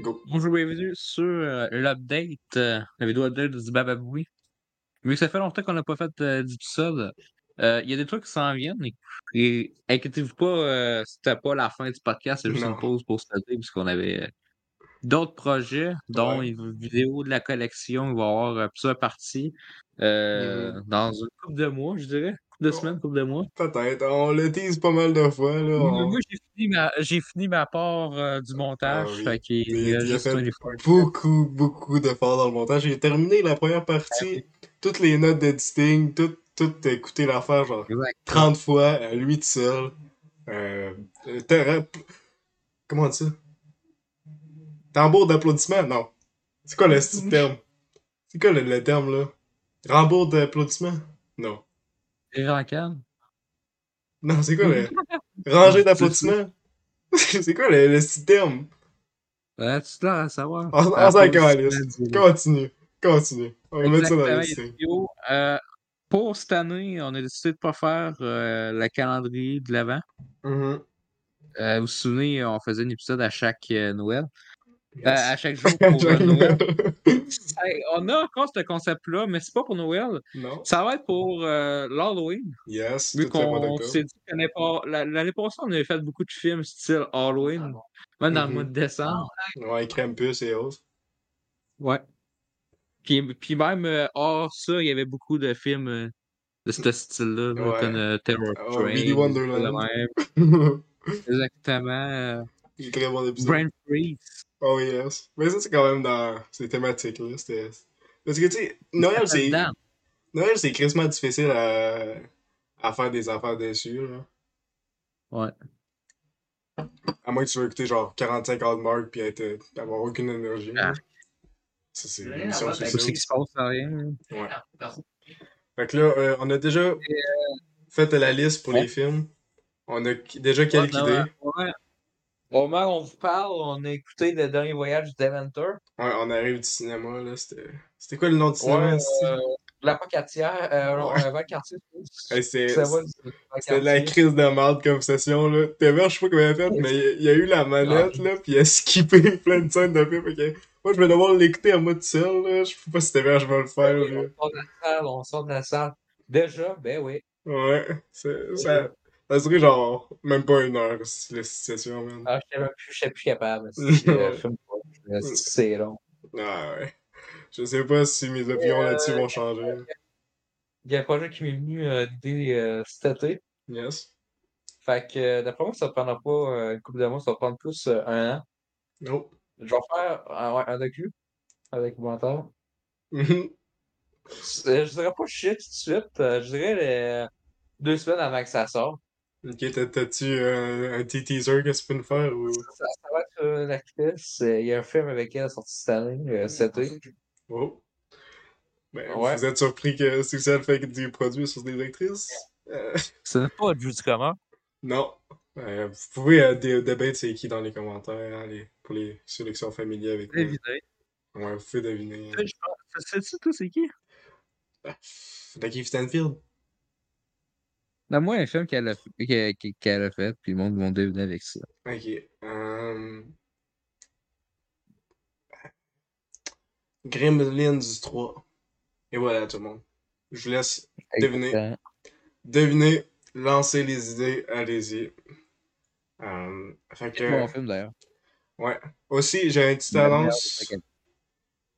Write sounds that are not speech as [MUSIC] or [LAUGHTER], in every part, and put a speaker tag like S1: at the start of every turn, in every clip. S1: Go.
S2: Bonjour, bienvenue sur euh, l'update, euh, la vidéo update du Bababoui. Vu que ça fait longtemps qu'on n'a pas fait euh, d'épisode, euh, il y a des trucs qui s'en viennent. Et, et inquiétez-vous pas, euh, c'était pas la fin du podcast, c'est juste
S1: Non.
S2: une pause pour se dire, puisqu'on avait euh, d'autres projets, dont
S1: Ouais.
S2: une vidéo de la collection. Il va y avoir euh, plusieurs parties euh, dans une couple de mois, je dirais. Couple de
S1: Ouais.
S2: semaines, couple de mois.
S1: Peut-être. On le tease pas mal de fois, là.
S2: hein? Moi,
S1: On-
S2: moi, j'ai fini ma, j'ai fini ma part euh, du montage.
S1: Ah oui.
S2: fait qu'il
S1: Il- il
S2: y a
S1: a
S2: juste
S1: fait
S2: 24.
S1: Beaucoup, beaucoup d'efforts dans le montage. J'ai terminé la première partie, toutes les notes d'editing, tout, tout écouter l'affaire, genre
S2: Exact.
S1: 30 fois, à lui tout seul. Euh, euh, terrain- Comment on dit ça? Tambour d'applaudissement? Non. C'est quoi le style de terme? C'est quoi le, le terme, là? Rambour d'applaudissement? Non.
S2: Et j'en calme.
S1: Non, c'est quoi
S2: [LAUGHS]
S1: le. Rangée d'applaudissements? [LAUGHS] c'est quoi le, le style de terme?
S2: Ouais, Euh, tu te l'as à savoir.
S1: On- on
S2: À
S1: s'en
S2: cause du
S1: calisse.
S2: Canadien.
S1: Continue, continue. On va mettre ça dans le
S2: Exactement, il y a une
S1: listing.
S2: vidéo. Euh, pour cette année, on a décidé de ne pas faire euh, le calendrier de l'avant.
S1: Mhm.
S2: vous vous souvenez, on faisait un épisode à chaque euh, Noël. Euh,
S1: Yes.
S2: à chaque
S1: [LAUGHS]
S2: jour pour euh,
S1: J'aime
S2: Noël.
S1: bien.
S2: Hey, on a encore ce concept-là, mais c'est pas pour Noël.
S1: Non?
S2: Ça va être pour euh, l'Halloween.
S1: Yes,
S2: Vu
S1: tout le mois
S2: qu'on
S1: d'octobre.
S2: s'est dit que l'année pas- la- l'année passée, on avait fait beaucoup de films style Halloween, même dans le
S1: Mhm.
S2: mois de décembre.
S1: Ouais, Krampus et [LAUGHS] autres.
S2: Ouais. Puis, puis même euh, hors ça, il y avait beaucoup de films euh, de ce style-là, là,
S1: Ouais.
S2: comme euh, Terror
S1: Oh,
S2: Train,
S1: Willy Wonderland.
S2: le même. exactement. euh,
S1: C'est très bon épisode.
S2: Brain Freeze.
S1: Oh yes. Mais ça, c'est quand même dans ces thématiques-là. c'était- Parce que, tu sais, Noël, c'est...
S2: Dedans.
S1: Noël, c'est crissement difficile à... à faire des affaires dessus, là.
S2: Ouais.
S1: À moins que tu veux écouter, genre, 45 heures de marque puis être... euh, avoir aucune énergie.
S2: Ah.
S1: là. Ça, c'est une mission
S2: C'est aussi
S1: suicide.
S2: qu'il se passe rien. hein. là.
S1: Ouais. Fait que là, euh, on a déjà fait la liste pour
S2: euh, ouais.
S1: les films. On a qui- déjà quelques
S2: Ouais,
S1: idées.
S2: ouais. Au moment où on vous parle, on a écouté le dernier voyage d'Aventure.
S1: Ouais, on arrive du cinéma, là. C'était c'était quoi le nom du cinéma?
S2: Ouais,
S1: c'est-
S2: euh, la Pocatière, euh, non,
S1: Ouais.
S2: euh, Valcartier, je pense.
S1: Hey, c'est-
S2: Ça va, le-
S1: C'était de la
S2: Valcartier.
S1: crise de merde comme session, là. Tamer, je sais pas comment il a fait, mais il il a eu la manette, là, puis il a skippé [LAUGHS] plein de scènes de film. Fait que moi, je vais devoir l'écouter à moi tout seul, là. Je sais pas si Tamer, je vais le faire, là.
S2: On sort de la salle, on sort de la salle. Déjà, ben oui.
S1: Ouais, c'est- ça, ça serait genre même pas une heure, c'est- la session, man.
S2: Ah, je suis plus capable. [LAUGHS] c'est- euh, je fume pas, euh, C'est long.
S1: Ah ouais. Je sais pas si mes opinions
S2: Euh,
S1: là-dessus vont changer.
S2: Il y a un projet qui m'est venu euh, dès euh, cet été.
S1: Yes.
S2: Fait que euh, d'après moi, ça ne prendra pas euh, une couple de mois, ça va prendre plus euh, un an.
S1: Nope. [LAUGHS]
S2: Je vais faire un, ouais, un docu avec mon mentor.
S1: Mhm.
S2: Je dirais pas shit tout de suite. euh, je dirais les deux semaines avant que ça sorte.
S1: Ok, t'as- t'as-tu euh, un petit teaser que tu peux nous faire ou.
S2: Ça, ça va être euh, une actrice. euh, Il y a un film avec elle sorti cette année, euh, cet été.
S1: Oh. Ben,
S2: Ouais.
S1: Vous êtes surpris que Success fait des produits sur des actrices? Euh,
S2: Ce n'est pas Judy Comer.
S1: non. Euh, vous pouvez euh, dé- débattre c'est qui dans les commentaires hein, les- pour les sélections familiales avec nous. Ouais, vous pouvez deviner. hein.
S2: Sais-tu tout c'est qui?
S1: Ah, Lakeith Stanfield.
S2: Dans moi, un film qu'elle a, qu'elle- qu'elle- qu'elle a fait, puis le monde m'a deviné avec ça.
S1: Ok. euh, Gremlins 3. Et voilà tout le monde. Je vous laisse Devinez.
S2: Exactement.
S1: Devinez, lancez les idées, allez-y. Euh, fait
S2: C'est mon
S1: que,
S2: film d'ailleurs.
S1: aussi, j'ai une petite
S2: La meilleure
S1: annonce
S2: de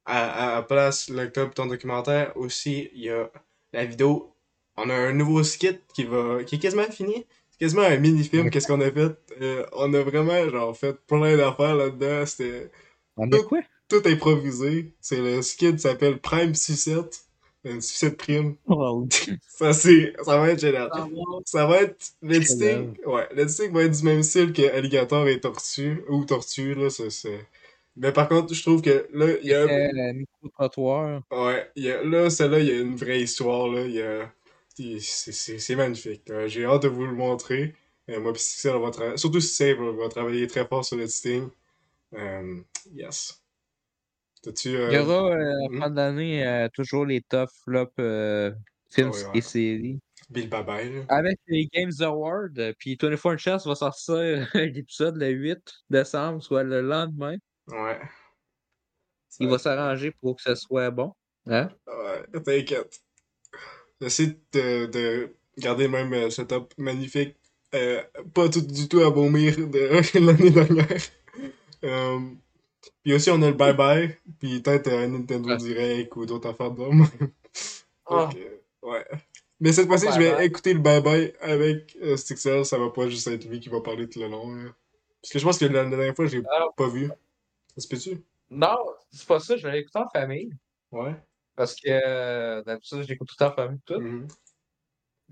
S1: à, à, à place le club ton documentaire. Aussi, il y a la vidéo. On a un nouveau skit qui va qui est quasiment fini. C'est quasiment un mini-film. Qu'est-ce qu'on a fait? Euh, on a vraiment genre fait plein d'affaires là-dedans. C'était
S2: On a quoi?
S1: tout improvisé. C'est le skit qui s'appelle Prime Sucette. Un sucette prime. [LAUGHS] Ça c'est. Ça va être génial. Ça va être. L'editing. Ouais. L'editing va être du même style que Alligator et Tortue. Ou Tortue, là. ça, c'est- Mais par contre, je trouve que là, il y a.
S2: Euh, le micro-trottoir.
S1: Ouais. il y a- Là, celle-là, il y a une vraie histoire, là. Il y a. il- c'est- C'est c'est magnifique. là. J'ai hâte de vous le montrer. Euh, moi, pis Cécile, on va travailler. Surtout Cécile, on va travailler très fort sur l'editing. Euh, yes. T'as-tu. euh,
S2: Il y aura
S1: hmm?
S2: euh, à la fin de l'année euh, toujours les top flops euh, films
S1: Ah oui, ouais.
S2: et séries.
S1: Bill Babel, là?
S2: Avec les Games Awards, [LAUGHS] euh, puis 24 Chess va sortir l'épisode le 8 décembre, soit le lendemain.
S1: Ouais.
S3: Il va s'arranger pour que ça soit bon. Hein?
S1: Ouais, t'inquiète. J'essaie de, de garder le même euh, setup magnifique. Euh, pas tout, du tout à vomir de [LAUGHS] l'année dernière. Euh, puis aussi, on a le bye-bye, puis peut-être un
S3: Ah.
S1: Nintendo Direct ou d'autres affaires de même.
S2: Ah.
S1: Donc, euh, ouais. Mais cette fois-ci, je vais
S2: Bye-bye.
S1: écouter le bye-bye avec euh, Stixel. Ça va pas juste être lui qui va parler tout le long. là. Parce que je pense que la dernière fois, je l'ai
S2: Ah.
S1: pas vu. Ça se peut-tu?
S2: Non, c'est pas ça, je l'ai écouté en famille.
S1: Ouais.
S2: Parce que euh, d'habitude, je l'écoute tout en famille. Tout.
S1: Mhm.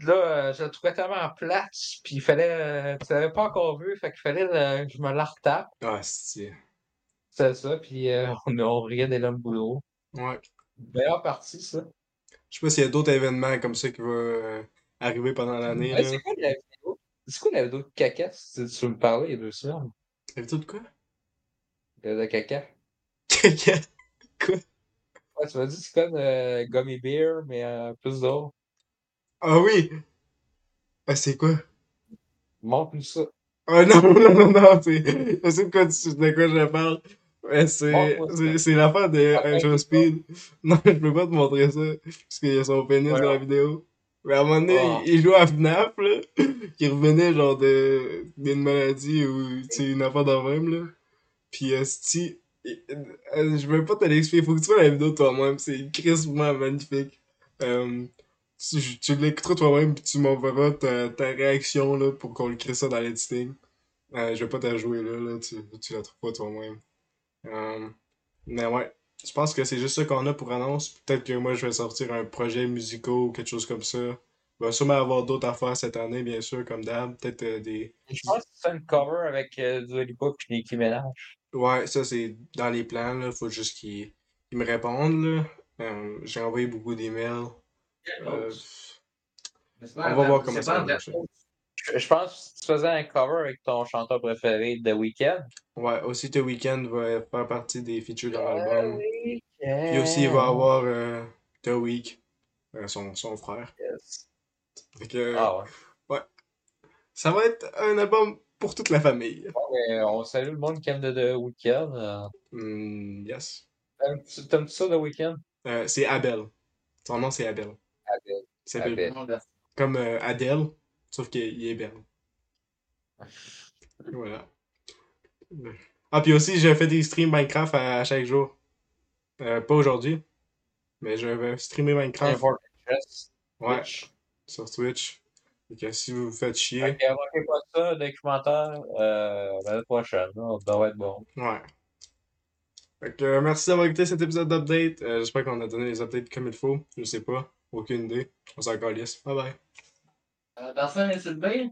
S2: Là, euh, je le trouvais tellement plate, puis il fallait. euh, tu l'avais pas encore vu, fait qu'il fallait euh, que je me la retape.
S1: Ah, c'est...
S2: C'est ça, puis
S1: Ah.
S2: euh, on, on riait des lames boulot.
S1: Ouais.
S2: Meilleure partie, ça.
S1: Je sais pas s'il y a d'autres événements comme ça qui vont euh, arriver pendant l'année.
S2: Hey,
S1: là.
S2: c'est quoi la vidéo? C'est quoi la vidéo de caca? Si tu- tu me parlais il y a deux semaines.
S1: T'as vu tout de quoi? [LAUGHS]
S2: La vidéo de caca.
S1: Quelqu'un?
S2: Ouais, tu m'as dit c'est comme euh, Gummy Bear, mais euh, plus d'or.
S1: Ah oui! Ah, c'est quoi?
S2: Montre-nous ça.
S1: Ah non, [LAUGHS] non, non, non, c'est je sais de quoi, tu- de quoi je parle. Mais c'est,
S2: Montre-moi ça.
S1: c'est, c'est l'affaire de
S2: Ah,
S1: Action Speed. Non, [LAUGHS] je peux pas te montrer ça, parce qu'il y a son pénis
S2: Voilà.
S1: dans la vidéo. Mais à un moment donné,
S2: Ah.
S1: il, il jouait à FNAF, là, [LAUGHS] qui revenait genre de, d'une maladie ou, tu sais, une affaire de même, là. Puis, si je veux pas te l'expliquer, faut que tu vois la vidéo toi-même, c'est crissement magnifique. Euh, tu, tu l'écouteras toi-même puis tu m'enverras ta, ta réaction là, pour qu'on le crée ça dans l'editing. Euh, je vais pas te la jouer là, là tu, tu la trouves pas toi-même. Euh, mais ouais, je pense que c'est juste ça qu'on a pour annonce. Peut-être que moi je vais sortir un projet musical ou quelque chose comme ça. Il va sûrement avoir d'autres affaires cette année, bien sûr, comme d'hab. Peut-être euh, des.
S2: Je pense que c'est une cover avec euh, du Hollywood et Nicki Minaj.
S1: Ouais, ça c'est dans les plans, là. Faut juste qu'ils qu'ils me répondent, là. Euh, j'ai envoyé beaucoup d'emails. Euh, on va voir comment ça va marcher.
S2: Je, je pense que tu faisais un cover avec ton chanteur préféré de Weeknd.
S1: Ouais, aussi The Weeknd va faire partie des features dans l'album.
S2: Weeknd.
S1: Ah, Puis aussi, il va avoir euh, The Week, euh, son, son frère.
S2: Yes.
S1: Fait que,
S2: Ah ouais.
S1: ça va être un album pour toute la famille.
S2: Bon, ben, on salue le monde qui aime de, de Weeknd. euh.
S1: Hmm, yes.
S2: T'aimes-tu t'aimes-tu ça de Weeknd?
S1: Euh, c'est Abel. Son nom, c'est Abel.
S2: Abel.
S1: Il s'appelle
S2: Abel.
S1: Comme euh, Adele, sauf qu'il est
S2: [LAUGHS]
S1: belle. Voilà. Ah, puis aussi, je fais des streams Minecraft à, à chaque jour. Euh, pas aujourd'hui, mais je vais streamer Minecraft
S2: Important Chess.
S1: ouais,
S2: Twitch.
S1: sur Twitch. Donc, euh, si vous vous faites
S2: Fait
S1: chier,
S2: que manquez pas ça, documentaire euh, l'année prochaine. là, Ça va être bon.
S1: ouais. Fait que, euh, merci d'avoir écouté cet épisode d'update. Euh, J'espère qu'on a donné les updates comme il faut. Je sais pas, aucune idée. On s'en calisse. Bye bye.
S2: Personne n'est sur le bain?